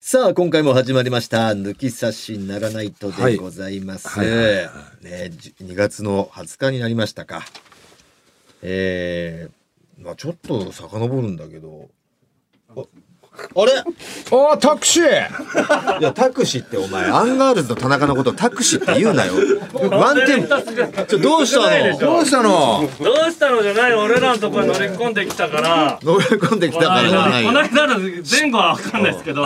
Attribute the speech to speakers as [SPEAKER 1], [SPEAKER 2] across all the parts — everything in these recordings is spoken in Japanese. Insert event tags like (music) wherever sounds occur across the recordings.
[SPEAKER 1] さあ、今回も始まりました。抜き差しならないとでございます。
[SPEAKER 2] はいはいはいは
[SPEAKER 1] ね、じ2月の20日になりましたか。えー、まあちょっと遡るんだけど。ああれ
[SPEAKER 2] ああ、タクシー
[SPEAKER 1] いや、タクシーってお前、アンガールズの田中のことタクシーって言うなよ。ワンテンポ。ちょ、どうしたの
[SPEAKER 2] どうしたの
[SPEAKER 3] どうしたのじゃない俺らのところに乗り込んできたから。
[SPEAKER 1] 乗り込んできたからじゃないよ
[SPEAKER 3] この間の前後は分かんないですけど、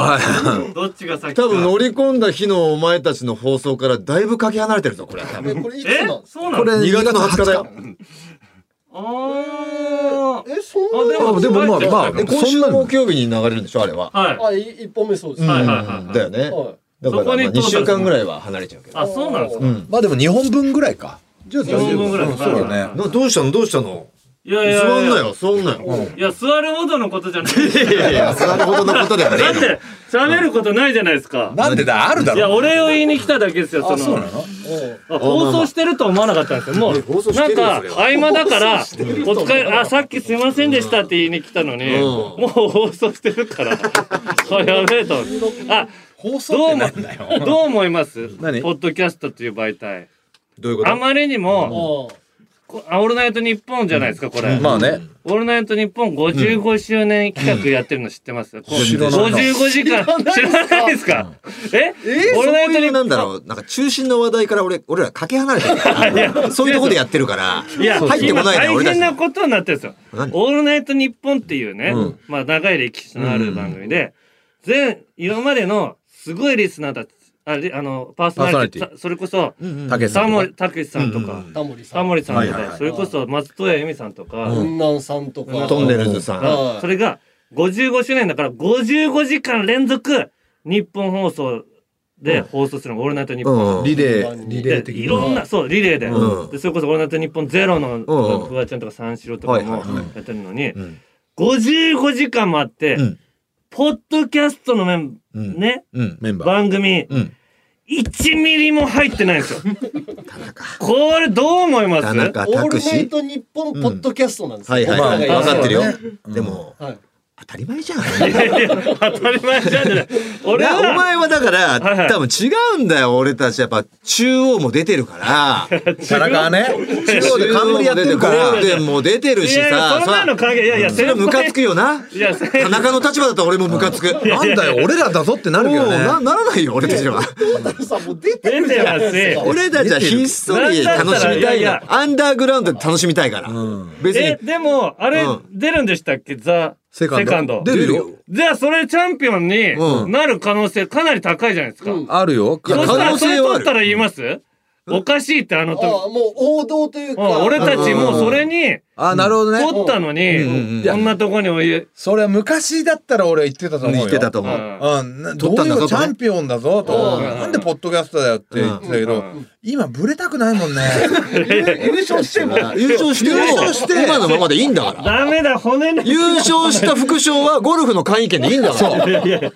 [SPEAKER 3] どっちが先か。
[SPEAKER 1] 多分乗り込んだ日のお前たちの放送からだいぶかけ離れてるぞ、これ。多
[SPEAKER 4] (laughs)
[SPEAKER 1] 分これい
[SPEAKER 3] えそうなの
[SPEAKER 2] これ
[SPEAKER 1] 2月の20日だよ。
[SPEAKER 3] あー
[SPEAKER 4] え、そん
[SPEAKER 3] あで
[SPEAKER 4] な
[SPEAKER 3] も
[SPEAKER 2] あでもまあまあ
[SPEAKER 3] は
[SPEAKER 1] え今週の木曜日に流れるんでしょあれは。
[SPEAKER 3] はい。
[SPEAKER 4] あ、い一本目そうです。
[SPEAKER 3] はい
[SPEAKER 4] は。
[SPEAKER 3] は
[SPEAKER 1] う
[SPEAKER 3] いい
[SPEAKER 1] んだよね。
[SPEAKER 4] は
[SPEAKER 1] だから
[SPEAKER 3] そ
[SPEAKER 1] ま
[SPEAKER 3] こ
[SPEAKER 1] あ
[SPEAKER 3] に
[SPEAKER 1] 2週間ぐらいは離れちゃうけど。
[SPEAKER 3] あ、そうなんですか。
[SPEAKER 1] うん。
[SPEAKER 2] まあでも2本分ぐらいか。じゃあ大
[SPEAKER 3] 四
[SPEAKER 2] 丈
[SPEAKER 3] 分
[SPEAKER 2] 夫。
[SPEAKER 3] ぐらい
[SPEAKER 2] うんそうだね。
[SPEAKER 1] などうしたのどうしたの
[SPEAKER 3] いやいや
[SPEAKER 1] 座ん
[SPEAKER 3] い
[SPEAKER 1] な
[SPEAKER 3] や。
[SPEAKER 1] よ座んなよ。
[SPEAKER 3] いや、座るほどのことじゃない。だ
[SPEAKER 1] いやいや座るほどのことではね
[SPEAKER 3] っ
[SPEAKER 1] えの。
[SPEAKER 3] て、喋ることないじゃないですか。
[SPEAKER 2] なんでだあるだ
[SPEAKER 3] いや、
[SPEAKER 2] ろ。
[SPEAKER 3] お礼を言いに来ただけですよ、そ
[SPEAKER 2] あ、そう
[SPEAKER 3] の
[SPEAKER 2] な。の
[SPEAKER 3] あ放送してると思わなかったんですよ。も
[SPEAKER 1] ね放送
[SPEAKER 3] う、
[SPEAKER 1] して
[SPEAKER 3] な
[SPEAKER 1] る
[SPEAKER 3] ん
[SPEAKER 1] よ
[SPEAKER 3] か
[SPEAKER 1] それ、は
[SPEAKER 3] 合間だから、お疲れ、あ、さっきすいませんでしたって言いに来たのに、
[SPEAKER 1] うん
[SPEAKER 3] もう放送してるから、 (laughs) あ、やべえと思って。あ、
[SPEAKER 2] 放送
[SPEAKER 3] どう
[SPEAKER 2] な
[SPEAKER 3] も
[SPEAKER 2] んだよ。、
[SPEAKER 3] どう思います
[SPEAKER 2] 何
[SPEAKER 3] ポッドキャストという媒体。
[SPEAKER 1] どういうこ
[SPEAKER 3] あ
[SPEAKER 1] と
[SPEAKER 3] まりにも、
[SPEAKER 4] あ
[SPEAKER 3] こあオールナイトニッポンじゃないですか、これ。
[SPEAKER 2] まあね。
[SPEAKER 3] オールナイトニッポン55周年企画やってるの知ってます、こう
[SPEAKER 2] 知らない
[SPEAKER 3] 55時間、知らないですかえオールナイ
[SPEAKER 1] そう
[SPEAKER 3] ト
[SPEAKER 1] い
[SPEAKER 3] ニッ
[SPEAKER 1] う
[SPEAKER 3] ポン
[SPEAKER 1] なんだろうなんか中心の話題から俺俺らかけ離れてるからそういうとこでやってるから
[SPEAKER 3] いや、
[SPEAKER 1] 入ってこ
[SPEAKER 3] 今
[SPEAKER 1] ないね
[SPEAKER 3] 大
[SPEAKER 1] 俺た
[SPEAKER 3] 変
[SPEAKER 1] ち
[SPEAKER 3] な
[SPEAKER 1] の
[SPEAKER 3] ことになってるんですよ。
[SPEAKER 1] 何
[SPEAKER 3] オールナイトニッポンっていうね、
[SPEAKER 1] うん
[SPEAKER 3] まあ長い歴史のある番組で、全、今までのすごいリスナーたち、あれあの、パーソナリティ
[SPEAKER 2] パーソナリティ
[SPEAKER 3] たそれこそ、
[SPEAKER 2] たけしさ
[SPEAKER 3] タ
[SPEAKER 2] んと
[SPEAKER 3] モ
[SPEAKER 2] か
[SPEAKER 3] リ、たけしさんとか、
[SPEAKER 4] あ、タモリさ
[SPEAKER 3] タ
[SPEAKER 4] ん。
[SPEAKER 3] モリさんと
[SPEAKER 2] は
[SPEAKER 3] か、
[SPEAKER 2] いはいはい
[SPEAKER 3] それこそ松任谷由実さんとか、
[SPEAKER 4] 雲南さんとか。
[SPEAKER 1] トンネルズさん
[SPEAKER 4] は
[SPEAKER 3] それが55周年だから55時間連続日本放送で放送するのが「オールナイトニッポン」
[SPEAKER 1] うん
[SPEAKER 2] リレー、リレ
[SPEAKER 3] で
[SPEAKER 2] ー的
[SPEAKER 3] い
[SPEAKER 2] に。
[SPEAKER 3] ろんなそうリレーで,、
[SPEAKER 1] うん
[SPEAKER 3] でそれこそ「オールナイトニッポンゼロの
[SPEAKER 1] うん
[SPEAKER 3] フワちゃんとか三四郎とかも
[SPEAKER 1] はいはいは
[SPEAKER 3] やってるのに、
[SPEAKER 1] うん
[SPEAKER 3] 55時間もあって、
[SPEAKER 1] うん
[SPEAKER 3] ポッドキャストのメン、
[SPEAKER 1] うん
[SPEAKER 3] ね
[SPEAKER 1] うん
[SPEAKER 2] メンバー。
[SPEAKER 3] 番組
[SPEAKER 1] うん
[SPEAKER 3] 1ミリも入ってないんですよ。これどう思います
[SPEAKER 1] 田中
[SPEAKER 4] いオー
[SPEAKER 1] 拓
[SPEAKER 4] ルナイ
[SPEAKER 1] 司
[SPEAKER 4] トニッポンポッドキャストなんですよ
[SPEAKER 1] はいはいはい
[SPEAKER 4] 僕
[SPEAKER 2] ま
[SPEAKER 4] らが
[SPEAKER 1] 分
[SPEAKER 2] あ
[SPEAKER 1] かってるよ
[SPEAKER 2] そうだ
[SPEAKER 1] でも
[SPEAKER 4] はい。
[SPEAKER 1] 当たり前じゃん
[SPEAKER 3] いやいや当たり前じゃんじゃない俺
[SPEAKER 1] な
[SPEAKER 3] は
[SPEAKER 1] お前はだから、
[SPEAKER 3] はいはい
[SPEAKER 1] 多分違うんだよ俺たちやっぱ中央も出てる
[SPEAKER 3] (laughs)
[SPEAKER 1] から
[SPEAKER 2] 田中はね。
[SPEAKER 1] 中央で冠やってるか
[SPEAKER 2] 中
[SPEAKER 1] ら
[SPEAKER 2] 央も
[SPEAKER 1] ゴールデンも出てるし
[SPEAKER 3] い
[SPEAKER 1] さ
[SPEAKER 3] やいやそんなの関係いやいや
[SPEAKER 1] それはムカつくよない
[SPEAKER 3] や先
[SPEAKER 1] 田中の立場だったら俺もムカつく
[SPEAKER 2] な
[SPEAKER 1] なんんだ
[SPEAKER 2] だよ、俺らだぞってなるけ
[SPEAKER 1] よ
[SPEAKER 2] どね。
[SPEAKER 1] なならないよ俺たちは
[SPEAKER 4] トンネルズさんも出て
[SPEAKER 3] 出
[SPEAKER 4] るじ
[SPEAKER 3] て
[SPEAKER 4] ゃな
[SPEAKER 3] ま
[SPEAKER 4] い
[SPEAKER 3] す
[SPEAKER 4] です
[SPEAKER 3] し
[SPEAKER 4] か。
[SPEAKER 1] 俺たちはひっそり楽しみ
[SPEAKER 3] いや
[SPEAKER 1] た
[SPEAKER 3] い
[SPEAKER 1] い
[SPEAKER 3] や
[SPEAKER 1] なアンダーグラウンドで楽しみたいから、別に
[SPEAKER 3] えでもあれ
[SPEAKER 1] うん
[SPEAKER 3] 出るんでしたっけ、ザ・
[SPEAKER 2] セ
[SPEAKER 3] セ
[SPEAKER 2] カンド
[SPEAKER 3] カンド
[SPEAKER 2] 出るよ。
[SPEAKER 3] じゃあそれチャンピオンに
[SPEAKER 1] うん
[SPEAKER 3] なる可能性かなり高いじゃないですか、
[SPEAKER 4] うん
[SPEAKER 2] あるよ。
[SPEAKER 1] い
[SPEAKER 3] そ
[SPEAKER 1] や
[SPEAKER 3] した
[SPEAKER 1] 可
[SPEAKER 3] ら
[SPEAKER 1] 能
[SPEAKER 3] そ
[SPEAKER 1] 性
[SPEAKER 3] れ
[SPEAKER 1] はあ
[SPEAKER 3] 取
[SPEAKER 1] る
[SPEAKER 3] ったら言います、おかしいってあの
[SPEAKER 4] ああ、
[SPEAKER 3] 時、
[SPEAKER 4] もう王道という
[SPEAKER 3] う
[SPEAKER 4] か。
[SPEAKER 3] ん、俺たち
[SPEAKER 2] う
[SPEAKER 3] も
[SPEAKER 2] ん
[SPEAKER 3] それに
[SPEAKER 2] あ、なるほどね。
[SPEAKER 3] 取ったのに、
[SPEAKER 1] うんうんうん
[SPEAKER 3] こんなとこにお湯
[SPEAKER 2] それは昔だったら俺言ってたと思うよ。
[SPEAKER 1] 言ってたと思う、
[SPEAKER 3] うん
[SPEAKER 2] うん、など
[SPEAKER 1] 取
[SPEAKER 2] う
[SPEAKER 1] ったん
[SPEAKER 2] い
[SPEAKER 1] だぞ
[SPEAKER 2] う
[SPEAKER 1] と
[SPEAKER 2] チャンピオンだぞと、
[SPEAKER 4] うん
[SPEAKER 2] なんでポッドキャストだよって言ってたけど、
[SPEAKER 3] うん
[SPEAKER 2] 今ブレたくないもんね
[SPEAKER 4] 優勝しても。
[SPEAKER 1] 優勝しても
[SPEAKER 2] 優勝して
[SPEAKER 1] 今のままでいいんだから
[SPEAKER 3] ダメだ骨抜き
[SPEAKER 1] 優勝した副賞はゴルフの会員権でいいんだから
[SPEAKER 3] ダメ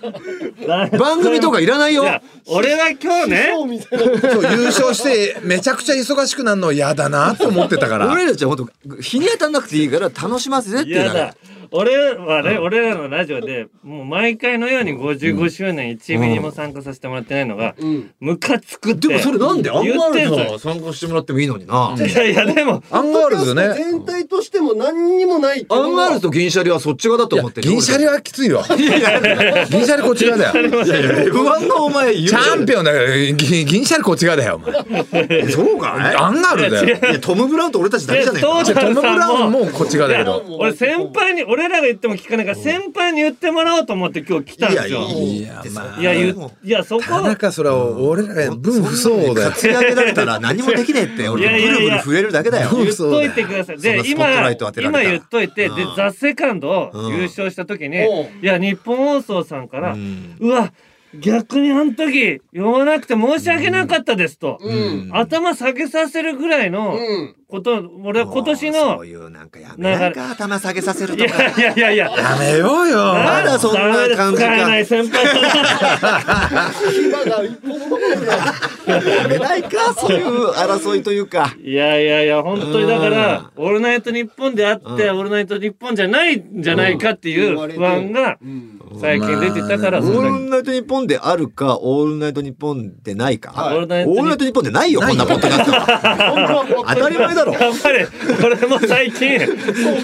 [SPEAKER 3] だ
[SPEAKER 1] 番組とかいらないよ
[SPEAKER 3] いや俺は今日ね
[SPEAKER 4] そうみたいな。
[SPEAKER 2] そう優勝してめちゃくちゃ忙しくなるの嫌だなと思ってたか
[SPEAKER 1] (laughs)
[SPEAKER 2] ら
[SPEAKER 1] 俺たちは本当日に当たんなくていいから楽しませてっていう
[SPEAKER 3] や
[SPEAKER 1] だけ
[SPEAKER 3] だ俺はね、俺らのラジオでもう毎回のように55周年1ミリも参加させてもらってないのが、
[SPEAKER 4] うん。
[SPEAKER 3] ムカつくって
[SPEAKER 1] でもそれなんでアン
[SPEAKER 3] 言
[SPEAKER 1] ガ
[SPEAKER 3] っ
[SPEAKER 1] ール
[SPEAKER 3] て
[SPEAKER 1] ズ
[SPEAKER 3] んの
[SPEAKER 1] は
[SPEAKER 3] よ
[SPEAKER 1] 参加してもらってもいいのにな。
[SPEAKER 3] いやいやでも
[SPEAKER 2] アンガールズね
[SPEAKER 4] 全体としても何にもない
[SPEAKER 1] アンガールズと銀シャリはそっち側だと思ってるよ。
[SPEAKER 2] 銀シャリはきつい
[SPEAKER 1] (laughs)
[SPEAKER 2] よ銀シャリこっち側だよ
[SPEAKER 1] 俺不安のお前言う
[SPEAKER 2] チャンピオンだから銀銀シャリこっち側だよお前
[SPEAKER 1] そうかい
[SPEAKER 2] アンガールズだよ
[SPEAKER 1] いやトム・ブラウンと俺たちだけじゃねえ
[SPEAKER 3] いや
[SPEAKER 1] か
[SPEAKER 3] そ。うだ
[SPEAKER 2] トム・ブラウンもこっち側だけ
[SPEAKER 3] い
[SPEAKER 2] ど
[SPEAKER 3] や俺先輩に俺らが言っても聞かないから先輩に言ってもらおうと思って今日来たんですよい
[SPEAKER 2] いやまあ
[SPEAKER 3] や言ういやそこ
[SPEAKER 2] 田中それは俺らが分不相応だよ
[SPEAKER 1] 突き上げられたら何もできねえって俺
[SPEAKER 3] いやい
[SPEAKER 1] ブ
[SPEAKER 3] や
[SPEAKER 1] ルブ
[SPEAKER 3] い
[SPEAKER 1] ル
[SPEAKER 3] や
[SPEAKER 1] 触れるだけだよ。
[SPEAKER 2] そう
[SPEAKER 3] 言っといてください。で、
[SPEAKER 1] そんなスポ
[SPEAKER 3] 今
[SPEAKER 1] ットライト当、てられた
[SPEAKER 3] 今
[SPEAKER 1] ら
[SPEAKER 3] 言っといて、で
[SPEAKER 1] うん、
[SPEAKER 3] ザ・セカンド
[SPEAKER 1] うん
[SPEAKER 3] 優勝した時に、
[SPEAKER 4] おう
[SPEAKER 3] いや、日本放送さんから、
[SPEAKER 1] ん
[SPEAKER 3] うわ、逆にあの時、読まなくて申し訳なかったですと、
[SPEAKER 4] うん。
[SPEAKER 3] 頭下げさせるぐらいの
[SPEAKER 4] うん。
[SPEAKER 3] こと、俺は今
[SPEAKER 1] も
[SPEAKER 3] 年
[SPEAKER 1] うそ
[SPEAKER 3] の
[SPEAKER 1] う、いうなんかやめないか頭下げさせる
[SPEAKER 3] い
[SPEAKER 1] とか
[SPEAKER 3] やいやいやいや、
[SPEAKER 2] やめようよ。
[SPEAKER 1] まだそんな感じか
[SPEAKER 3] ダメだ使えない先輩
[SPEAKER 4] 牙が一本も残ってない
[SPEAKER 1] やめないかそういう争いというか
[SPEAKER 3] いやいやいや、本当にだから、オールナイトニッポンであって、
[SPEAKER 1] うん
[SPEAKER 3] オールナイトニッポンじゃないんじゃないかっていう不安が
[SPEAKER 4] うん
[SPEAKER 3] 最近出てたから、
[SPEAKER 1] オ
[SPEAKER 2] う
[SPEAKER 3] それ
[SPEAKER 1] ールナイトニッポンであるかオールナイトニッポンでないか、
[SPEAKER 4] は
[SPEAKER 1] オ
[SPEAKER 4] い
[SPEAKER 1] ールナイトニッポンでないよこんなポッドキャストは
[SPEAKER 4] 本
[SPEAKER 1] (laughs) 当たり前だろ
[SPEAKER 3] 頑張れ、俺も最近、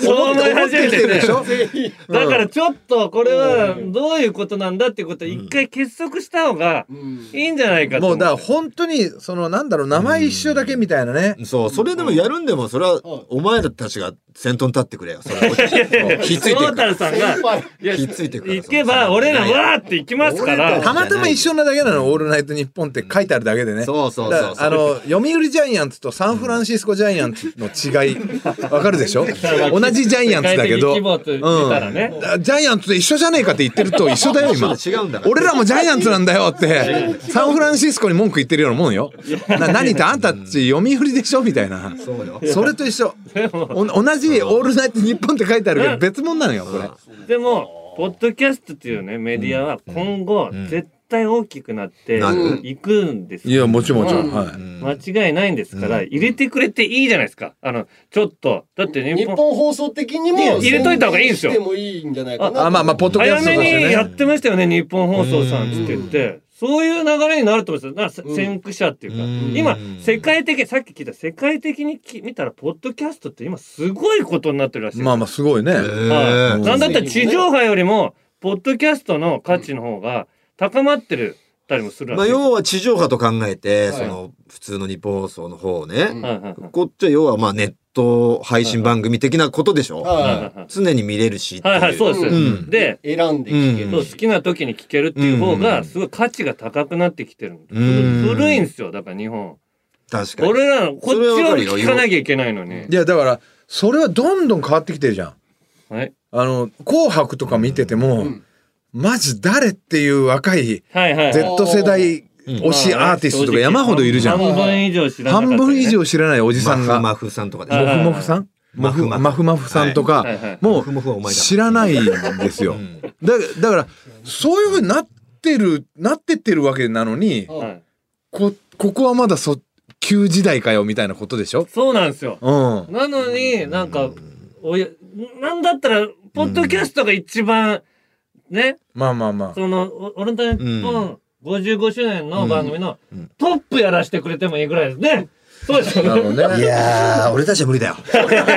[SPEAKER 3] そう思い始めてね。
[SPEAKER 4] 当全員
[SPEAKER 3] だからちょっとこれはどういうことなんだっていうことを一回結束した方が
[SPEAKER 4] うん
[SPEAKER 3] いいんじゃないかと
[SPEAKER 2] も
[SPEAKER 3] 思
[SPEAKER 2] うだから本当にそのなんだろう名前一緒だけみたいなね。
[SPEAKER 1] そうそれでもやるんでもそれはお前たちが先頭に立ってくれよ (laughs) それはひっついて
[SPEAKER 3] ト
[SPEAKER 1] る
[SPEAKER 3] ー
[SPEAKER 1] か
[SPEAKER 3] タ
[SPEAKER 1] ら
[SPEAKER 3] ルさんが
[SPEAKER 4] 先輩
[SPEAKER 3] いや
[SPEAKER 1] ひっついてくから
[SPEAKER 3] 行けば俺らわーって行きますか
[SPEAKER 1] 俺
[SPEAKER 2] た
[SPEAKER 1] ら
[SPEAKER 3] ら
[SPEAKER 2] またま一緒なだけなの「オールナイトニッポン」って書いてあるだけでね。
[SPEAKER 1] そうそう
[SPEAKER 2] だ
[SPEAKER 1] そ
[SPEAKER 2] か
[SPEAKER 1] う
[SPEAKER 2] らあの読売ジャイアンツとサンフランシスコジャイアンツの違い (laughs) わかるでしょ同じジャイアンツだけど、
[SPEAKER 3] 世界的規模と言ったらね
[SPEAKER 2] うんだジャイアンツと一緒じゃねえかって言ってると一緒だよ今
[SPEAKER 1] 違うんだから
[SPEAKER 2] (laughs) 俺らもジャイアンツなんだよってサンフランシスコに文句言ってるようなもんよな何ってあんたたち読売でしょみたいな
[SPEAKER 1] そうよ
[SPEAKER 2] それと一緒お同じ「オールナイト日本って書いてあるけど別物なのよこれ
[SPEAKER 3] でもポッドキャストっていうねメディアは今後
[SPEAKER 1] ん
[SPEAKER 3] 絶対大きくなって
[SPEAKER 1] なる
[SPEAKER 3] いくんですよ
[SPEAKER 2] もちろん
[SPEAKER 3] もちろん
[SPEAKER 2] はい
[SPEAKER 3] 間違いないんですから入れてくれていいじゃないですかあのちょっとだって日
[SPEAKER 4] 日
[SPEAKER 3] 本
[SPEAKER 4] 本放送的にも
[SPEAKER 3] ね入れといた方がいいんですよ
[SPEAKER 4] 宣伝してもいいんじゃないかな
[SPEAKER 2] あまあまあポッドキャ
[SPEAKER 3] 早
[SPEAKER 2] ストと
[SPEAKER 3] め
[SPEAKER 2] して
[SPEAKER 3] にやっ
[SPEAKER 2] ね
[SPEAKER 3] てましたよね日本放送さんつって言ってそういう流れになると思うんですよな
[SPEAKER 4] うん
[SPEAKER 3] 先駆者っていうか
[SPEAKER 1] うん
[SPEAKER 3] 今世界的さっき聞いた世界的にき見たらポッドキャストって今すごいことになってるらしい
[SPEAKER 2] まあまあすごいね
[SPEAKER 3] はい
[SPEAKER 1] へえ
[SPEAKER 3] なんだったら地上波よりもポッドキャストの価値の方が高まってるたりもするら
[SPEAKER 1] まあ
[SPEAKER 3] しい
[SPEAKER 1] 要は地上波と考えて、
[SPEAKER 4] はい
[SPEAKER 1] その普通の日本放送の方をね、
[SPEAKER 3] はいはいはい
[SPEAKER 1] こっちは要はまあネット配信番組的なことでしょ、
[SPEAKER 4] は
[SPEAKER 1] 常に見れるしっていう、
[SPEAKER 3] はいはいそうです
[SPEAKER 1] うん
[SPEAKER 3] で
[SPEAKER 4] い選んで聞
[SPEAKER 1] う
[SPEAKER 4] ける
[SPEAKER 1] ん
[SPEAKER 3] そう好きな時に聞けるっていう方がすごい価値が高くなってきてる
[SPEAKER 1] うん
[SPEAKER 3] 古いんですよだから日本
[SPEAKER 1] 確かに
[SPEAKER 3] 俺らのこっちは聞かなきゃいけないのに
[SPEAKER 2] いやだからそれはどんどん変わってきてるじゃん
[SPEAKER 3] はい
[SPEAKER 2] あの「紅白」とか見てても、
[SPEAKER 4] ん
[SPEAKER 2] マジ誰っていう若い
[SPEAKER 3] はいはいはい
[SPEAKER 2] Z 世代推しアーティストとか山ほどいるじゃん、
[SPEAKER 3] 半分以上知らなかった、
[SPEAKER 2] 半分以上知らないおじさんが
[SPEAKER 1] マ
[SPEAKER 2] モ
[SPEAKER 1] フマフさんとかでし
[SPEAKER 3] は
[SPEAKER 1] ょ、
[SPEAKER 3] いはい
[SPEAKER 2] フモフさん
[SPEAKER 1] マ
[SPEAKER 2] マ
[SPEAKER 1] フ
[SPEAKER 2] フ
[SPEAKER 1] マフ
[SPEAKER 2] マフマフさんと
[SPEAKER 3] はいはいは
[SPEAKER 2] か
[SPEAKER 3] い
[SPEAKER 2] も
[SPEAKER 1] モフモフはお
[SPEAKER 2] う
[SPEAKER 1] 前だ
[SPEAKER 2] 知らないんです
[SPEAKER 1] う
[SPEAKER 2] よ
[SPEAKER 1] ん
[SPEAKER 2] だだからそういうふうになってるなってってるわけなのに
[SPEAKER 4] うん
[SPEAKER 3] はい
[SPEAKER 2] こここはまだそ旧時代かよみたいなことでしょ
[SPEAKER 3] そうなんですよ
[SPEAKER 2] うん
[SPEAKER 3] なのになんかおやなんだったらポッドキャストが一番ね
[SPEAKER 2] まあまあまあ
[SPEAKER 3] そのお俺の日本55周年の番組の
[SPEAKER 1] うん
[SPEAKER 3] トップやらしてくれてもいいぐらいですねそうです
[SPEAKER 2] な
[SPEAKER 3] よ
[SPEAKER 2] る
[SPEAKER 3] ね
[SPEAKER 2] ほ
[SPEAKER 1] (laughs)
[SPEAKER 2] ど
[SPEAKER 1] い
[SPEAKER 2] ね
[SPEAKER 1] やー俺たちは無理だよ。
[SPEAKER 3] ト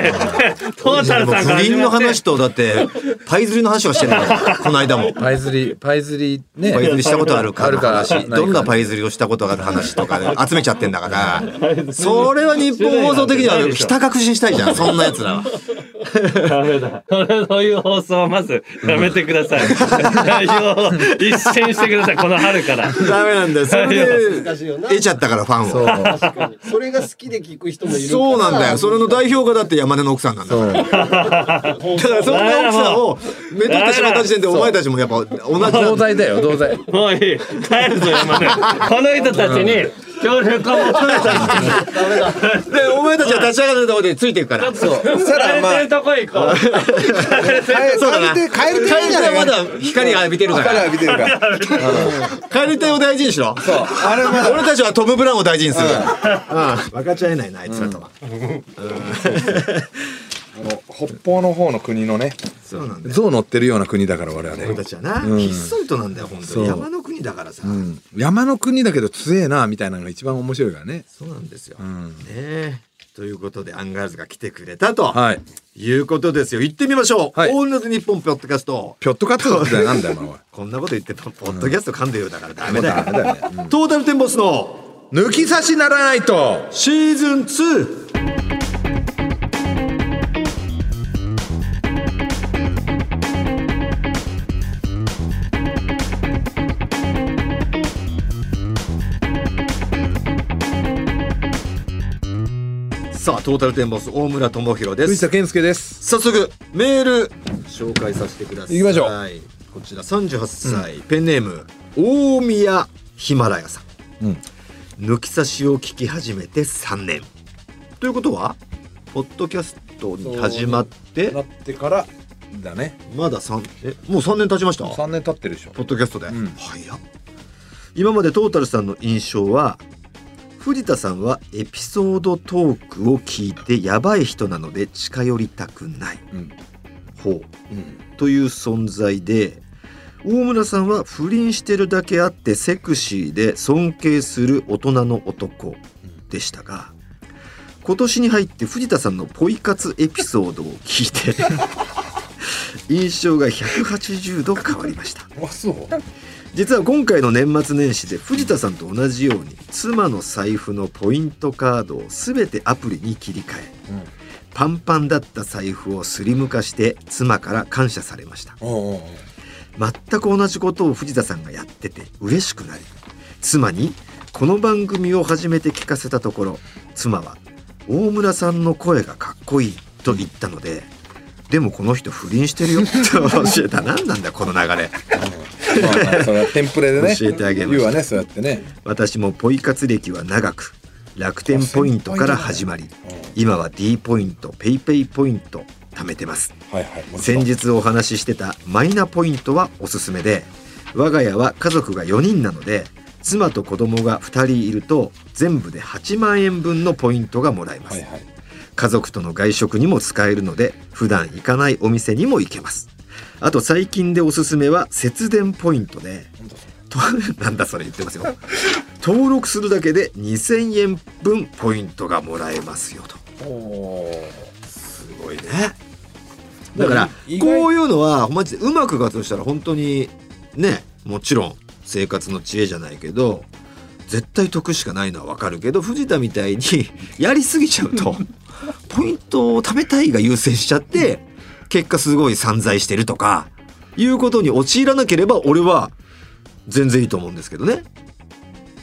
[SPEAKER 3] ータル
[SPEAKER 1] もう
[SPEAKER 3] (laughs) さん
[SPEAKER 1] 不
[SPEAKER 3] が
[SPEAKER 1] 倫の話とだってパイ釣りの話をしてるからこの間も。
[SPEAKER 2] パイズリパイズリね
[SPEAKER 1] パイ釣りしたことあるか
[SPEAKER 2] ある
[SPEAKER 1] の
[SPEAKER 2] か
[SPEAKER 1] 話
[SPEAKER 2] ないか
[SPEAKER 1] どんなパイ釣りをしたことがある話とかね集めちゃってんだからそれは日本放送的にはひた隠ししたいじゃんそんなやつらは
[SPEAKER 3] ダメだ。そういう放送はまずやめてください。内容を一新してください、この春から。
[SPEAKER 1] ダメなんだよそれ
[SPEAKER 4] 難しい
[SPEAKER 1] で
[SPEAKER 4] よな
[SPEAKER 1] 得ちゃったからファン
[SPEAKER 2] そう
[SPEAKER 1] を
[SPEAKER 4] 確かにそれが好きで聞く人もいるから
[SPEAKER 1] そうなんだよそれの代表がだって山根の奥さんなんだから
[SPEAKER 2] そう
[SPEAKER 1] だからそんな奥さんをめとってしまった時点でお前たちもやっぱ同じな
[SPEAKER 2] 同
[SPEAKER 1] んだ
[SPEAKER 2] 罪だよ同罪
[SPEAKER 3] もういい。帰るぞ、山根。この人たちに協力を求めたんです。
[SPEAKER 1] でお前たちは立ち上がるところでついていくからそう
[SPEAKER 2] さらま
[SPEAKER 3] 帰
[SPEAKER 2] あ
[SPEAKER 3] るとこ行こう。
[SPEAKER 1] そうだな
[SPEAKER 2] 帰りたい帰りたいんじゃな
[SPEAKER 1] 帰りた
[SPEAKER 2] い
[SPEAKER 1] いまだ光浴びてるから
[SPEAKER 2] 浴びてるから
[SPEAKER 1] 帰りたいを大事にしろそうあれ俺たちはトム・ブラウンを大事にするから、うん分かち合えないなあいつらとは、
[SPEAKER 2] 北方の方の国のね
[SPEAKER 1] そうなんだよ
[SPEAKER 2] 象乗ってるような国だから我々
[SPEAKER 1] 俺たちはな、ひっそりとなんだよ本当
[SPEAKER 2] う
[SPEAKER 1] に山の国だからさ、
[SPEAKER 2] うん山の国だけど強えなみたいなのが一番面白いからね
[SPEAKER 1] そうなんですよ、
[SPEAKER 2] ん
[SPEAKER 1] ねえということでアンガールズが来てくれたと、
[SPEAKER 2] はい
[SPEAKER 1] い、うことですよ行ってみましょう、
[SPEAKER 2] はい
[SPEAKER 1] オールナイトニッポンポッドキャスト
[SPEAKER 2] ピョットカットだってなんだよお前
[SPEAKER 1] こんなこと言ってポッドキャスト噛んでるだからダ
[SPEAKER 2] も
[SPEAKER 1] メ
[SPEAKER 2] う
[SPEAKER 1] だよ,、
[SPEAKER 2] ダメだよね
[SPEAKER 1] トータルテンボスの
[SPEAKER 2] (laughs) 抜き差しならないと
[SPEAKER 1] シーズン 2! さあトータルテンボス大村智弘で
[SPEAKER 2] 藤
[SPEAKER 1] す
[SPEAKER 2] 田健介です
[SPEAKER 1] 早速メール紹介させてください
[SPEAKER 2] 行きましょう
[SPEAKER 1] はいこちら38歳、ペンネーム大宮ヒマラヤさん、
[SPEAKER 2] うん
[SPEAKER 1] 抜き差しを聞き始めて3年ということはポッドキャストに始まって
[SPEAKER 2] なってからだね
[SPEAKER 1] まだ3えもう3年経ちました
[SPEAKER 2] 3年経ってるでしょ
[SPEAKER 1] ポッドキャストで、
[SPEAKER 2] うん
[SPEAKER 1] 早っ今までトータルさんの印象は藤田さんはエピソードトークを聞いてやばい人なので近寄りたくない
[SPEAKER 2] うん
[SPEAKER 1] 方
[SPEAKER 2] うん
[SPEAKER 1] という存在で大村さんは不倫してるだけあってセクシーで尊敬する大人の男でしたが今年に入って藤田さんのポイ活エピソードを聞い
[SPEAKER 2] (laughs)
[SPEAKER 1] て印象が180度変わりました
[SPEAKER 2] あそう
[SPEAKER 1] 実は今回の年末年始で藤田さんと同じように妻の財布のポイントカードを全てアプリに切り替え
[SPEAKER 2] うん
[SPEAKER 1] パンパンだった財布をスリム化して妻から感謝されました
[SPEAKER 2] おうおう
[SPEAKER 1] 全く同じことを藤田さんがやってて嬉しくなり妻にこの番組を初めて聞かせたところ妻は「大村さんの声がかっこいい」と言ったので「でもこの人不倫してるよ」 (laughs) と教えた何なんだこの流れ
[SPEAKER 2] まあまあそれはテンプレでね
[SPEAKER 1] 教えてあげました
[SPEAKER 2] 言うわねそうやってね
[SPEAKER 1] 私もポイ活歴は長く楽天ポイントから始まり今は D ポイントペイペイポイント貯めてます
[SPEAKER 2] はいはいもちろ
[SPEAKER 1] 先
[SPEAKER 2] ん
[SPEAKER 1] 日お話ししてたマイナポイントはおすすめで我が家は家族が4人なので妻と子供が2人いると全部で8万円分のポイントがもらえます、
[SPEAKER 2] はいはい
[SPEAKER 1] 家族との外食にも使えるので普段行かないお店にも行けますあと最近でおすすめは節電ポイントでと (laughs) なんだそれ言ってますよ登録するだけで2000円分ポイントがもらえますよと
[SPEAKER 2] おー
[SPEAKER 1] すごいねだから
[SPEAKER 2] 意外
[SPEAKER 1] こういうのはマジでうまく活用したら本当にねもちろん生活の知恵じゃないけど絶対得しかないのはわかるけど藤田みたいに (laughs) やりすぎちゃう
[SPEAKER 2] (laughs)
[SPEAKER 1] とポイントを貯めたいが優先しちゃって結果すごい散財してるとかいうことに陥らなければ俺は全然いいと思うんですけどね。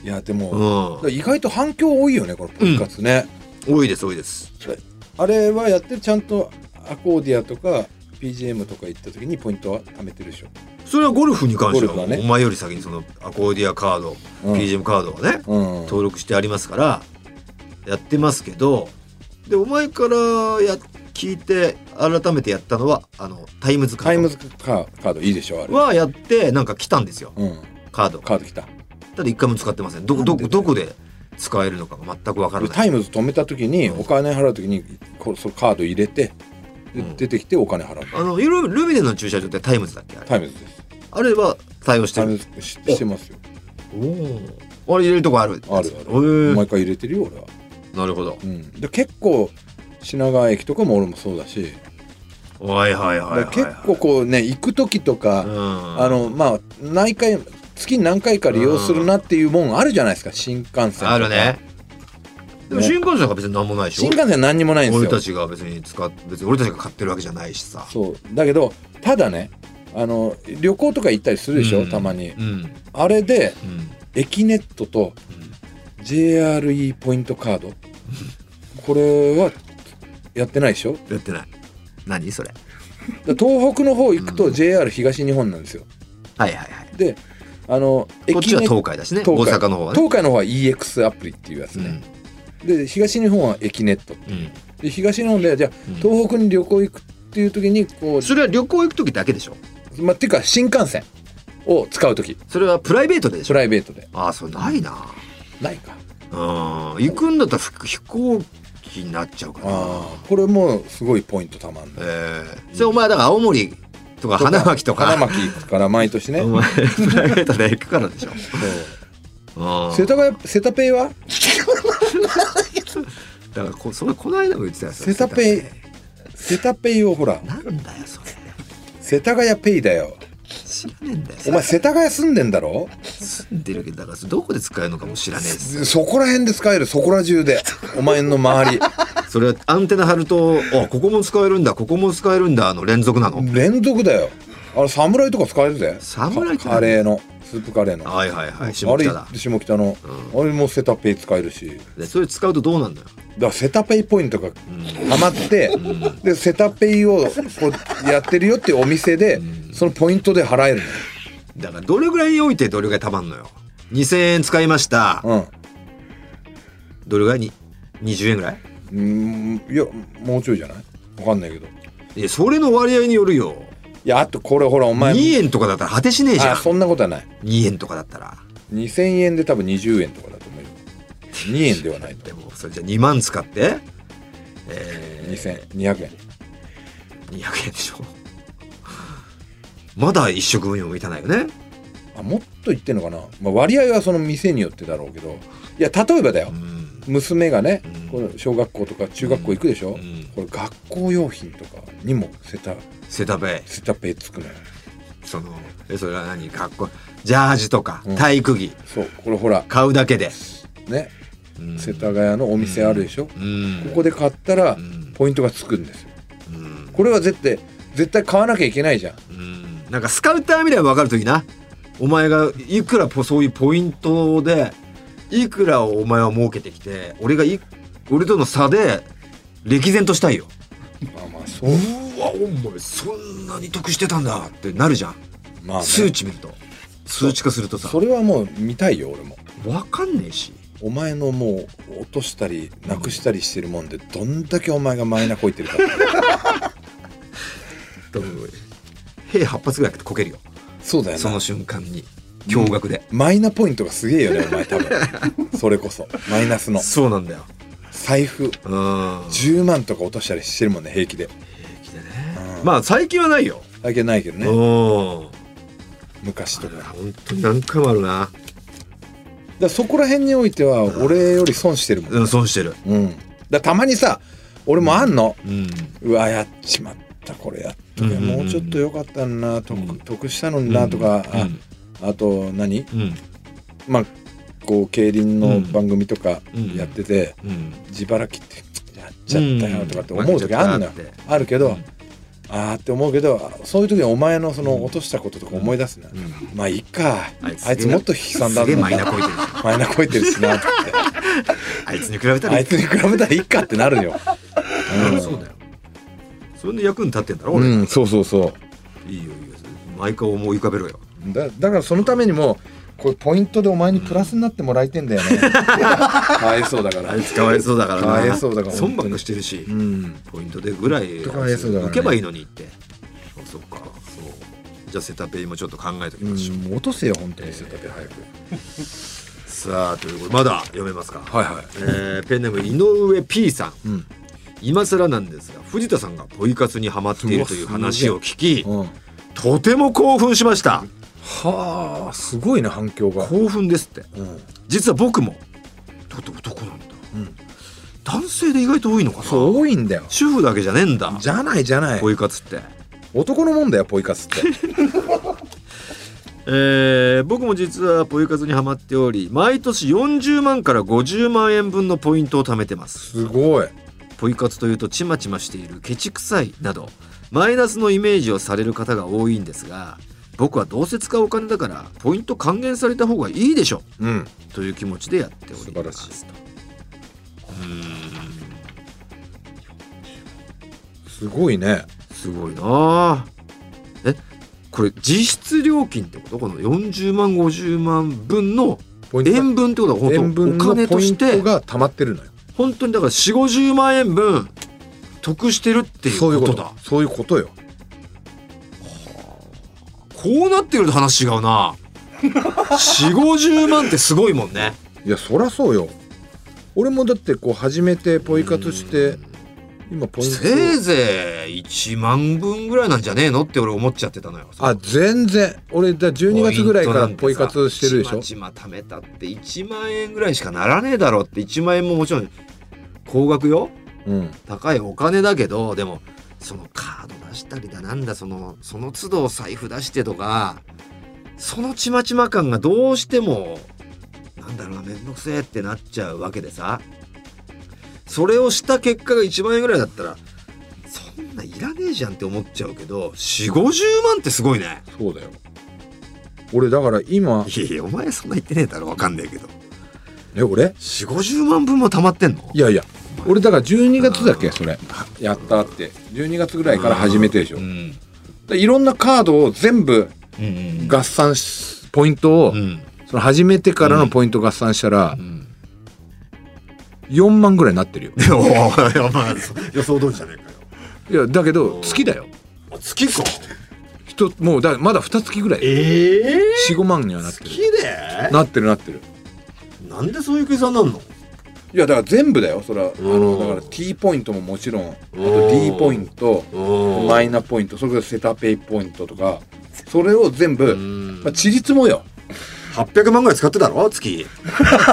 [SPEAKER 2] いやでも、
[SPEAKER 1] う
[SPEAKER 2] だか
[SPEAKER 1] ん
[SPEAKER 2] ら、意外と反響多いよねこのポイ活ね、
[SPEAKER 1] 多いです多いです。
[SPEAKER 2] あれはやってちゃんとアコーディアとか PGM とか行った時にポイントは貯めてるでしょ、
[SPEAKER 1] それはゴルフに関しては
[SPEAKER 2] ゴルフはね
[SPEAKER 1] お前より先にそのアコーディアカード、
[SPEAKER 2] うん
[SPEAKER 1] PGM カードをね
[SPEAKER 2] うん、
[SPEAKER 1] 登録してありますからやってますけどでお前からや聞いて改めてやったのはあのタイムズカ
[SPEAKER 2] タイム
[SPEAKER 1] ー
[SPEAKER 2] ズカカードいいでしょあれ
[SPEAKER 1] ドはやってなんか来たんですよ
[SPEAKER 2] うん、
[SPEAKER 1] カード
[SPEAKER 2] カード来た
[SPEAKER 1] ただ一回も使ってませんどこどこどこで使えるのかが全くわからな
[SPEAKER 2] タ
[SPEAKER 1] い
[SPEAKER 2] イムズ止めた時にお金払う時にこそのカード入れて
[SPEAKER 1] う
[SPEAKER 2] で
[SPEAKER 1] ん
[SPEAKER 2] 出てきてお金払う、
[SPEAKER 1] あのルルミネの駐車場ってタイムズだっけあれ
[SPEAKER 2] タイムズです
[SPEAKER 1] あれは対応して
[SPEAKER 2] タイム
[SPEAKER 1] る
[SPEAKER 2] ズ知ってますよ
[SPEAKER 1] おおあれ入れるとこある
[SPEAKER 2] あるある
[SPEAKER 1] へー
[SPEAKER 2] 毎回入れてるよ俺は、
[SPEAKER 1] なるほど
[SPEAKER 2] うん、で結構品川駅とかも俺もそうだし、
[SPEAKER 1] はいはいはいはい、
[SPEAKER 2] だから結構こうね行く時とか、
[SPEAKER 1] うん
[SPEAKER 2] あのまあ何回月に何回か利用するなっていうもんあるじゃないですか新幹線とか
[SPEAKER 1] あるねでも新幹線が別に何もないでしょ
[SPEAKER 2] 新幹線何にもないんです
[SPEAKER 1] 俺
[SPEAKER 2] よ
[SPEAKER 1] たちが別に使っ別に俺たちが買ってるわけじゃないしさ
[SPEAKER 2] そうだけどただねあの旅行とか行ったりするでしょ、
[SPEAKER 1] うん
[SPEAKER 2] たまに
[SPEAKER 1] うんうん
[SPEAKER 2] あれで
[SPEAKER 1] うん
[SPEAKER 2] エキネットと JRE ポイントカードこれはやってないでしょ
[SPEAKER 1] やってない何それ
[SPEAKER 2] だから東北の方行く
[SPEAKER 1] う
[SPEAKER 2] と
[SPEAKER 1] ん
[SPEAKER 2] JR 東日本なんですよ
[SPEAKER 1] はいはいはい
[SPEAKER 2] であの
[SPEAKER 1] こっちは
[SPEAKER 2] ネ
[SPEAKER 1] 東海だしね大
[SPEAKER 2] 東海
[SPEAKER 1] 阪の方はね
[SPEAKER 2] 東海の方は EX アプリっていうやつね、で東日本はエキネット
[SPEAKER 1] うんうん
[SPEAKER 2] で東日本でじゃあ
[SPEAKER 1] うん
[SPEAKER 2] 東北に旅行行くっていう時にこ
[SPEAKER 1] それは旅行行く時だけでしょ
[SPEAKER 2] う、まあ、っていうか新幹線を使う時
[SPEAKER 1] それはプライベートででし
[SPEAKER 2] プ
[SPEAKER 1] ょ
[SPEAKER 2] ライベートで
[SPEAKER 1] ああそれないな
[SPEAKER 2] ないか
[SPEAKER 1] うん行くんだったらふ飛行機になっちゃうかな
[SPEAKER 2] ああこれもすごいポイントたまん
[SPEAKER 1] え
[SPEAKER 2] ない
[SPEAKER 1] えそれお前だから青森とか花巻とか
[SPEAKER 2] 花巻行くから毎年ね
[SPEAKER 1] お前プライベートで行くからでしょ
[SPEAKER 2] そう
[SPEAKER 1] あ
[SPEAKER 2] 世田谷セタペイは
[SPEAKER 1] だからこそれこの間も言ってたやつ
[SPEAKER 2] セタペイセタペイをほら
[SPEAKER 1] なんだよそれ
[SPEAKER 2] 世田谷ペイだよ
[SPEAKER 1] 知らねえんだよ
[SPEAKER 2] お前世田谷住んでんだろ
[SPEAKER 1] 住んでるけどだからどこで使えるのかも知らねえです
[SPEAKER 2] そこら辺で使えるそこら中でお前の
[SPEAKER 1] (laughs)
[SPEAKER 2] 周り
[SPEAKER 1] それはアンテナ張ると「あここも使えるんだここも使えるんだ」の連続なの、
[SPEAKER 2] 連続だよあれ侍とか使えるぜ
[SPEAKER 1] 侍って何
[SPEAKER 2] カレーのスープカレーの
[SPEAKER 1] はいはいはい下北だ
[SPEAKER 2] あれ下北の、あれもセタペイ使えるしだか
[SPEAKER 1] でそれ使うとどうなんだよ、
[SPEAKER 2] らセタペイポイントが
[SPEAKER 1] うん
[SPEAKER 2] たまって、でセタペイをこうやってるよっていうお店で、そのポイントで払える
[SPEAKER 1] だからどれぐらい置いてどれぐらいたまんのよ2000円使いました
[SPEAKER 2] のよ、
[SPEAKER 1] どれぐらいに20円ぐらい
[SPEAKER 2] うんいやもうちょいじゃないわかんないけどい
[SPEAKER 1] いやそれの割合によるよ
[SPEAKER 2] やあとこれほらお前
[SPEAKER 1] 2円とかだったら果てしねえじゃん
[SPEAKER 2] あそんなことはない
[SPEAKER 1] 2円とかだったら
[SPEAKER 2] 2000円で多分20円とかだと思うよ2円ではないと
[SPEAKER 1] でもそれじゃ2万使ってえ
[SPEAKER 2] 2200円
[SPEAKER 1] ー、200円でしょまだ1食分にも満たないよね
[SPEAKER 2] あもっと言ってんのかな、まあ、割合はその店によってだろうけどいや例えばだよ
[SPEAKER 1] うん
[SPEAKER 2] 娘がね
[SPEAKER 1] うん
[SPEAKER 2] この小学校とか中学校行くでしょ、
[SPEAKER 1] うん
[SPEAKER 2] これ学校用品とかにもセタ
[SPEAKER 1] セタベ
[SPEAKER 2] セタペイつくのよ
[SPEAKER 1] そのえそれは何かっこジャージとか
[SPEAKER 2] うん
[SPEAKER 1] 体育着
[SPEAKER 2] そうこれほら
[SPEAKER 1] 買うだけで、
[SPEAKER 2] ね
[SPEAKER 1] うん
[SPEAKER 2] 世田谷のお店あるでしょ、
[SPEAKER 1] うん
[SPEAKER 2] ここで買ったら
[SPEAKER 1] うん
[SPEAKER 2] ポイントがつくんですよ
[SPEAKER 1] うん
[SPEAKER 2] これは絶対絶対買わなきゃいけないじゃん
[SPEAKER 1] うんなんかスカウター見れば分かるときなお前がいくらポそういうポイントでいくらをお前は儲けてきて俺がい俺との差で歴然としたいよ
[SPEAKER 2] まあまあそう
[SPEAKER 1] う、ーわお前そんなに得してたんだってなるじゃん、
[SPEAKER 2] まあね、
[SPEAKER 1] 数値見ると数値化するとさ
[SPEAKER 2] それはもう見たいよ俺も
[SPEAKER 1] 分かんねえし
[SPEAKER 2] お前のもう落としたりなくしたりしてるもんでどんだけお前がマイナこいてるか
[SPEAKER 1] 多分兵8発ぐらいこけるよ
[SPEAKER 2] そうだよ
[SPEAKER 1] (laughs) そ
[SPEAKER 2] な
[SPEAKER 1] の瞬間に驚愕で、
[SPEAKER 2] マイナポイントがすげえよねお前多分それこそマイナスの
[SPEAKER 1] そうなんだよ
[SPEAKER 2] 財
[SPEAKER 1] う
[SPEAKER 2] 布
[SPEAKER 1] ん
[SPEAKER 2] 10万とか落としたりしてるもんね平気で
[SPEAKER 1] 平気でね
[SPEAKER 2] うん
[SPEAKER 1] まあ最近はないよ、
[SPEAKER 2] だけないけど
[SPEAKER 1] うん
[SPEAKER 2] ね昔とかだか
[SPEAKER 1] 本当に何回もあるな
[SPEAKER 2] らそこら辺においては俺より損してるもん
[SPEAKER 1] うん損してる
[SPEAKER 2] うん、だからたまにさ俺もあんの、
[SPEAKER 1] うん
[SPEAKER 2] うわやっちまったこれやっとけ、
[SPEAKER 1] うんうんうん
[SPEAKER 2] もうちょっと良かったな得,、
[SPEAKER 1] うん
[SPEAKER 2] 得したのになとか、ああと何
[SPEAKER 1] うん
[SPEAKER 2] まあこう競輪の番組とか
[SPEAKER 1] うん
[SPEAKER 2] やってて、
[SPEAKER 1] うん
[SPEAKER 2] 自腹切ってやっちゃったよとかって思う時あるのよ、
[SPEAKER 1] うん
[SPEAKER 2] あるけど、
[SPEAKER 1] うん
[SPEAKER 2] あーって思うけどそういう時にお前のその落としたこととか思い出すな、
[SPEAKER 1] うん
[SPEAKER 2] まあいいかあ
[SPEAKER 1] あ
[SPEAKER 2] い
[SPEAKER 1] い
[SPEAKER 2] つ
[SPEAKER 1] つ
[SPEAKER 2] もっと悲惨だ
[SPEAKER 1] すげえマイナ
[SPEAKER 2] な
[SPEAKER 1] こいてるじゃん
[SPEAKER 2] マイナこいてるしなとかって
[SPEAKER 1] あいつに比べたら
[SPEAKER 2] あいつに比べたらいいかってなるよ。
[SPEAKER 1] うんそうだよそれで役に立ってんだろ
[SPEAKER 2] う
[SPEAKER 1] 俺、
[SPEAKER 2] ん、そうそうそう。
[SPEAKER 1] いいよいいよ毎回思い浮かべろよ
[SPEAKER 2] だだからそのためにもこれポイントでお前にプラスになってもらいてんだよね。 (laughs) かわいそうだから
[SPEAKER 1] あ。いつかわいそうだからな
[SPEAKER 2] かわいそうだから
[SPEAKER 1] 損ばっかしてるし、
[SPEAKER 2] うん。
[SPEAKER 1] ポイントでぐらい
[SPEAKER 2] とかわいそうだからね
[SPEAKER 1] 受けばいいのにってあそっかそうじゃあセタペイもちょっと考えとき
[SPEAKER 2] う
[SPEAKER 1] ましょう、
[SPEAKER 2] ん、落とせよ本当にセタペ早く。
[SPEAKER 1] さあということでまだ読めますか、
[SPEAKER 2] はいはい。
[SPEAKER 1] えーペンネーム井上 P さん
[SPEAKER 2] うん。
[SPEAKER 1] 今更なんですが藤田さんがポイ活にハマっているという話を聞き
[SPEAKER 2] うん。
[SPEAKER 1] とても興奮しました
[SPEAKER 2] はあ、すごいな反響が。
[SPEAKER 1] 興奮ですって
[SPEAKER 2] うん。
[SPEAKER 1] 実は僕もだって男なんだ
[SPEAKER 2] うん。
[SPEAKER 1] 男性で意外と多いのかな
[SPEAKER 2] そう多いんだよ。
[SPEAKER 1] 主婦だけじゃねえんだ
[SPEAKER 2] じゃないじゃない。
[SPEAKER 1] ポイ活って
[SPEAKER 2] 男のもんだよポイ
[SPEAKER 1] (laughs)
[SPEAKER 2] 活って。
[SPEAKER 1] えー僕も実はポイ活にハマっており毎年40万から50万円分のポイントを貯めてます
[SPEAKER 2] すごい。
[SPEAKER 1] ポイ活というとちまちましているケチくさいなどマイナスのイメージをされる方が多いんですが僕はどうせ使うお金だからポイント還元された方がいいでしょ
[SPEAKER 2] うん。
[SPEAKER 1] という気持ちでやっております
[SPEAKER 2] 素晴らし
[SPEAKER 1] とうー
[SPEAKER 2] すごいね。
[SPEAKER 1] んすごいなあえこれ実質料金ってことこの40万50万分の
[SPEAKER 2] ポイントが。
[SPEAKER 1] 円分ってことは
[SPEAKER 2] 塩
[SPEAKER 1] 本当
[SPEAKER 2] 分
[SPEAKER 1] お金
[SPEAKER 2] の
[SPEAKER 1] と
[SPEAKER 2] ポイ
[SPEAKER 1] し
[SPEAKER 2] ン
[SPEAKER 1] て
[SPEAKER 2] トが溜まってるのよ。
[SPEAKER 1] 本当にだから4 5 0万円分得してるっていう
[SPEAKER 2] そういう
[SPEAKER 1] こ
[SPEAKER 2] ことと
[SPEAKER 1] だ。
[SPEAKER 2] そういうことよ。
[SPEAKER 1] こうなってくると話違う
[SPEAKER 2] (laughs)
[SPEAKER 1] な4 5 0万ってすごいもんね
[SPEAKER 2] いやそりゃそうよ俺もだってこう始めてポイ活して今ポイント
[SPEAKER 1] せいぜい1万分ぐらいなんじゃねえのって俺思っちゃってたのよ
[SPEAKER 2] あ全然俺だ12月ぐらいからポイ活してるでしょ
[SPEAKER 1] ちまちま貯めたって1万円ぐらいしかならねえだろって1万円ももちろん高額よ
[SPEAKER 2] うん
[SPEAKER 1] 高いお金だけどでもそのカード出したりだなんだそのその都度財布出してとかそのちまちま感がどうしてもなんだろうな面倒くせえってなっちゃうわけでさそれをした結果が1万円ぐらいだったらそんないらねえじゃんって思っちゃうけど4 5 0万ってすごいね
[SPEAKER 2] そうだよ俺だから今
[SPEAKER 1] いやいやお前そんな言ってねえだろわかんねえけど
[SPEAKER 2] え俺
[SPEAKER 1] 4 5 0万分も貯まってんの
[SPEAKER 2] いやいや俺だから12月だっけそれやったって12月ぐらいから始めてるでしょ
[SPEAKER 1] うん
[SPEAKER 2] でいろんなカードを全部
[SPEAKER 1] うん
[SPEAKER 2] 合算しポイントを
[SPEAKER 1] うん (laughs)
[SPEAKER 2] その始めてからのポイント合算したら
[SPEAKER 1] うん
[SPEAKER 2] 4万ぐらいになってるよ
[SPEAKER 1] でもまあ予想通りじゃねえかよ
[SPEAKER 2] いやだけど月だよ
[SPEAKER 1] あ月か
[SPEAKER 2] 人もうだまだ2月ぐらい
[SPEAKER 1] ええ
[SPEAKER 2] 45万にはなって
[SPEAKER 1] 月
[SPEAKER 2] る
[SPEAKER 1] で
[SPEAKER 2] なってるなってる
[SPEAKER 1] なんでそういう計算なんの
[SPEAKER 2] いやだから全部だよそれはあの
[SPEAKER 1] うん
[SPEAKER 2] だから T ポイントももちろんあ
[SPEAKER 1] う
[SPEAKER 2] と
[SPEAKER 1] ん
[SPEAKER 2] D ポイント
[SPEAKER 1] うん
[SPEAKER 2] マイナポイントそれからセタペイポイントとかそれを全
[SPEAKER 1] う
[SPEAKER 2] 部
[SPEAKER 1] ん
[SPEAKER 2] まあちりつもよ
[SPEAKER 1] 800万ぐらい使ってたろ
[SPEAKER 4] (laughs)
[SPEAKER 1] 月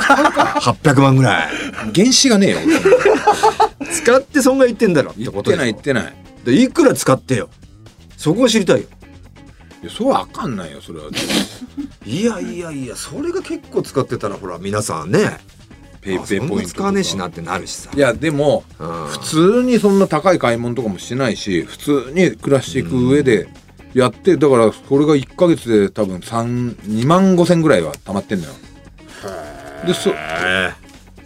[SPEAKER 1] 800万ぐらい
[SPEAKER 2] 原資がねえよ
[SPEAKER 1] 使って損が言ってんだろって
[SPEAKER 2] 言っ
[SPEAKER 1] ことで
[SPEAKER 2] てない
[SPEAKER 1] し
[SPEAKER 2] 言ってない
[SPEAKER 1] ょでいくら使ってよそこが知りたいよ
[SPEAKER 2] いやそう (laughs) はあかんないよそれはい
[SPEAKER 1] やいやいやそれが結構使ってたらほら皆さんね
[SPEAKER 2] ペイ
[SPEAKER 1] あ
[SPEAKER 2] ペイ
[SPEAKER 1] そん
[SPEAKER 2] ポ
[SPEAKER 1] な
[SPEAKER 2] イントと
[SPEAKER 1] 使
[SPEAKER 2] か
[SPEAKER 1] わねえしなってなるしさ
[SPEAKER 2] いやでも
[SPEAKER 1] うん
[SPEAKER 2] 普通にそんな高い買い物とかもしないし普通に暮らしていく上でやってだからこれが1ヶ月で多分2万5千ぐらいは貯まってんのよ。でそ、
[SPEAKER 1] ええ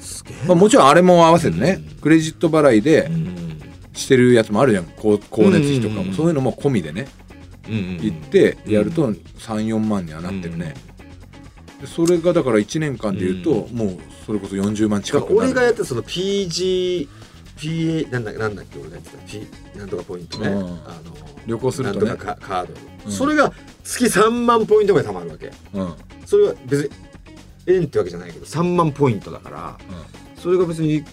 [SPEAKER 1] すげえ
[SPEAKER 2] まあ、もちろんあれも合わせてねクレジット払いで
[SPEAKER 1] うん
[SPEAKER 2] してるやつもあるじゃんこう光熱費とか
[SPEAKER 1] うんうんうん
[SPEAKER 2] もそういうのも込みでね
[SPEAKER 1] うん
[SPEAKER 2] 行ってやると34万にはなってるね。でそれがだから1年間で言うともうそれこそ40万近くな
[SPEAKER 4] 俺
[SPEAKER 2] る
[SPEAKER 4] がやったその PG、PA、なんだなんだっけ俺がやってた P、なんとかポイントね。
[SPEAKER 2] うん
[SPEAKER 4] あの
[SPEAKER 2] 旅行すると
[SPEAKER 4] な
[SPEAKER 2] ね
[SPEAKER 4] んとかカカード、
[SPEAKER 2] うん
[SPEAKER 4] それが月3万ポイントぐらい貯まるわけ。
[SPEAKER 2] うんうん
[SPEAKER 4] それは別に
[SPEAKER 1] 円ってわけじゃないけど3万ポイントだからそれが別に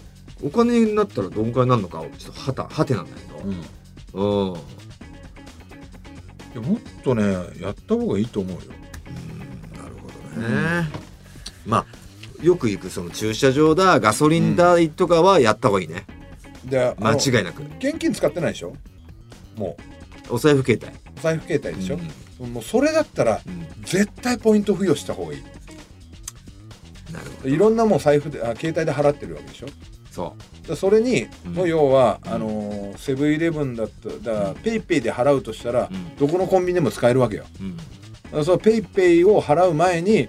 [SPEAKER 1] お金になったらどんくらいになるのかをちょっとはたはてなんだけ
[SPEAKER 2] うんい
[SPEAKER 1] どうん
[SPEAKER 2] やもっとねやった方がいいと思うよ。
[SPEAKER 1] なるほどね。まあよく行くその駐車場だガソリン代とかはやった方がいいね、
[SPEAKER 2] で
[SPEAKER 1] 間
[SPEAKER 2] い
[SPEAKER 1] 違いなく
[SPEAKER 2] 現金使ってないでしょも
[SPEAKER 1] お財布携帯
[SPEAKER 2] う財布携帯でしょ
[SPEAKER 1] うん、
[SPEAKER 2] もうそれだったら
[SPEAKER 1] うん
[SPEAKER 2] 絶対ポイント付与した方がいい
[SPEAKER 1] なるほど
[SPEAKER 2] いろんなもん財布であ携帯で払ってるわけでしょだか
[SPEAKER 1] そ
[SPEAKER 2] らそれに、
[SPEAKER 1] うん
[SPEAKER 2] もう要は、
[SPEAKER 1] うん
[SPEAKER 2] あのーセブンイレブンだっただからペイペイで払うとしたら、
[SPEAKER 1] う、うん
[SPEAKER 2] どこのコンビニでも使えるわけよ
[SPEAKER 1] うん
[SPEAKER 2] だからそのペイペイを払う前に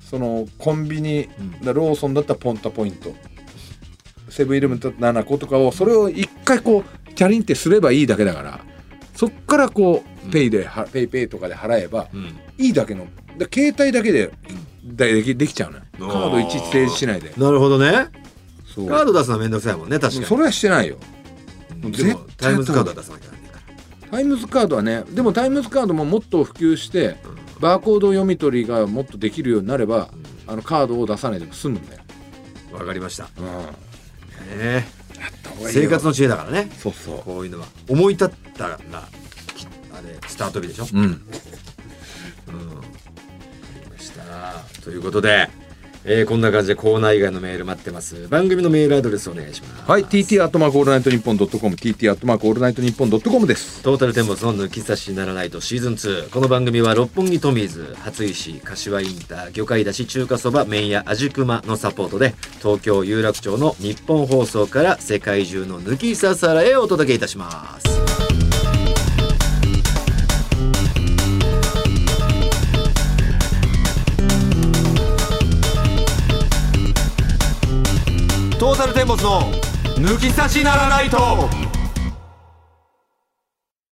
[SPEAKER 2] そのコンビニ
[SPEAKER 1] うん
[SPEAKER 2] だローソンだったらポンタポイントセブンイレブンだったら7個とかをそれを一回こうキャリンってすればいいだけだからそっからこう、
[SPEAKER 1] うん
[SPEAKER 2] ペイではペイペイとかで払えば
[SPEAKER 1] うん
[SPEAKER 2] いいだけのだ携帯だけででできできちゃうのよカ
[SPEAKER 1] あー
[SPEAKER 2] ードいちいち提示しないで
[SPEAKER 1] なるほどね
[SPEAKER 2] そう
[SPEAKER 1] カード出すのは面倒くさいもんね確かに
[SPEAKER 2] それはしてないよ
[SPEAKER 1] うん
[SPEAKER 2] 絶
[SPEAKER 1] で
[SPEAKER 2] 対
[SPEAKER 1] もタイムズカードは出さなきゃなんねえか
[SPEAKER 2] タイムズカードはねでもタイムズカードももっと普及してバーコード読み取りがもっとできるようになればあのカードを出さないでも済むんだよ、
[SPEAKER 1] らわ、かりました、ね
[SPEAKER 2] うん、やっ
[SPEAKER 1] え
[SPEAKER 2] た方がいいよ
[SPEAKER 1] 生活の知恵だからね
[SPEAKER 2] そうそ
[SPEAKER 1] こういうのは思い立ったらきあれスタート日でしょ
[SPEAKER 2] ううん
[SPEAKER 1] うん、わかりましたということで、えーこんな感じでコーナー以外のメール待ってます番組のメールアドレスお願いします
[SPEAKER 2] はい、TT アットマークオールナイトニッポンドットコム、TT アットマークオールナイトニッポンドットコムです。
[SPEAKER 1] トータルテンボスの抜き差しならないとシーズン2この番組は六本木トミーズ初石柏インター魚介だし中華そば麺屋あじくまのサポートで東京有楽町の日本放送から世界中の抜き差さらへお届けいたしますトータルテンボスの抜き差しならないと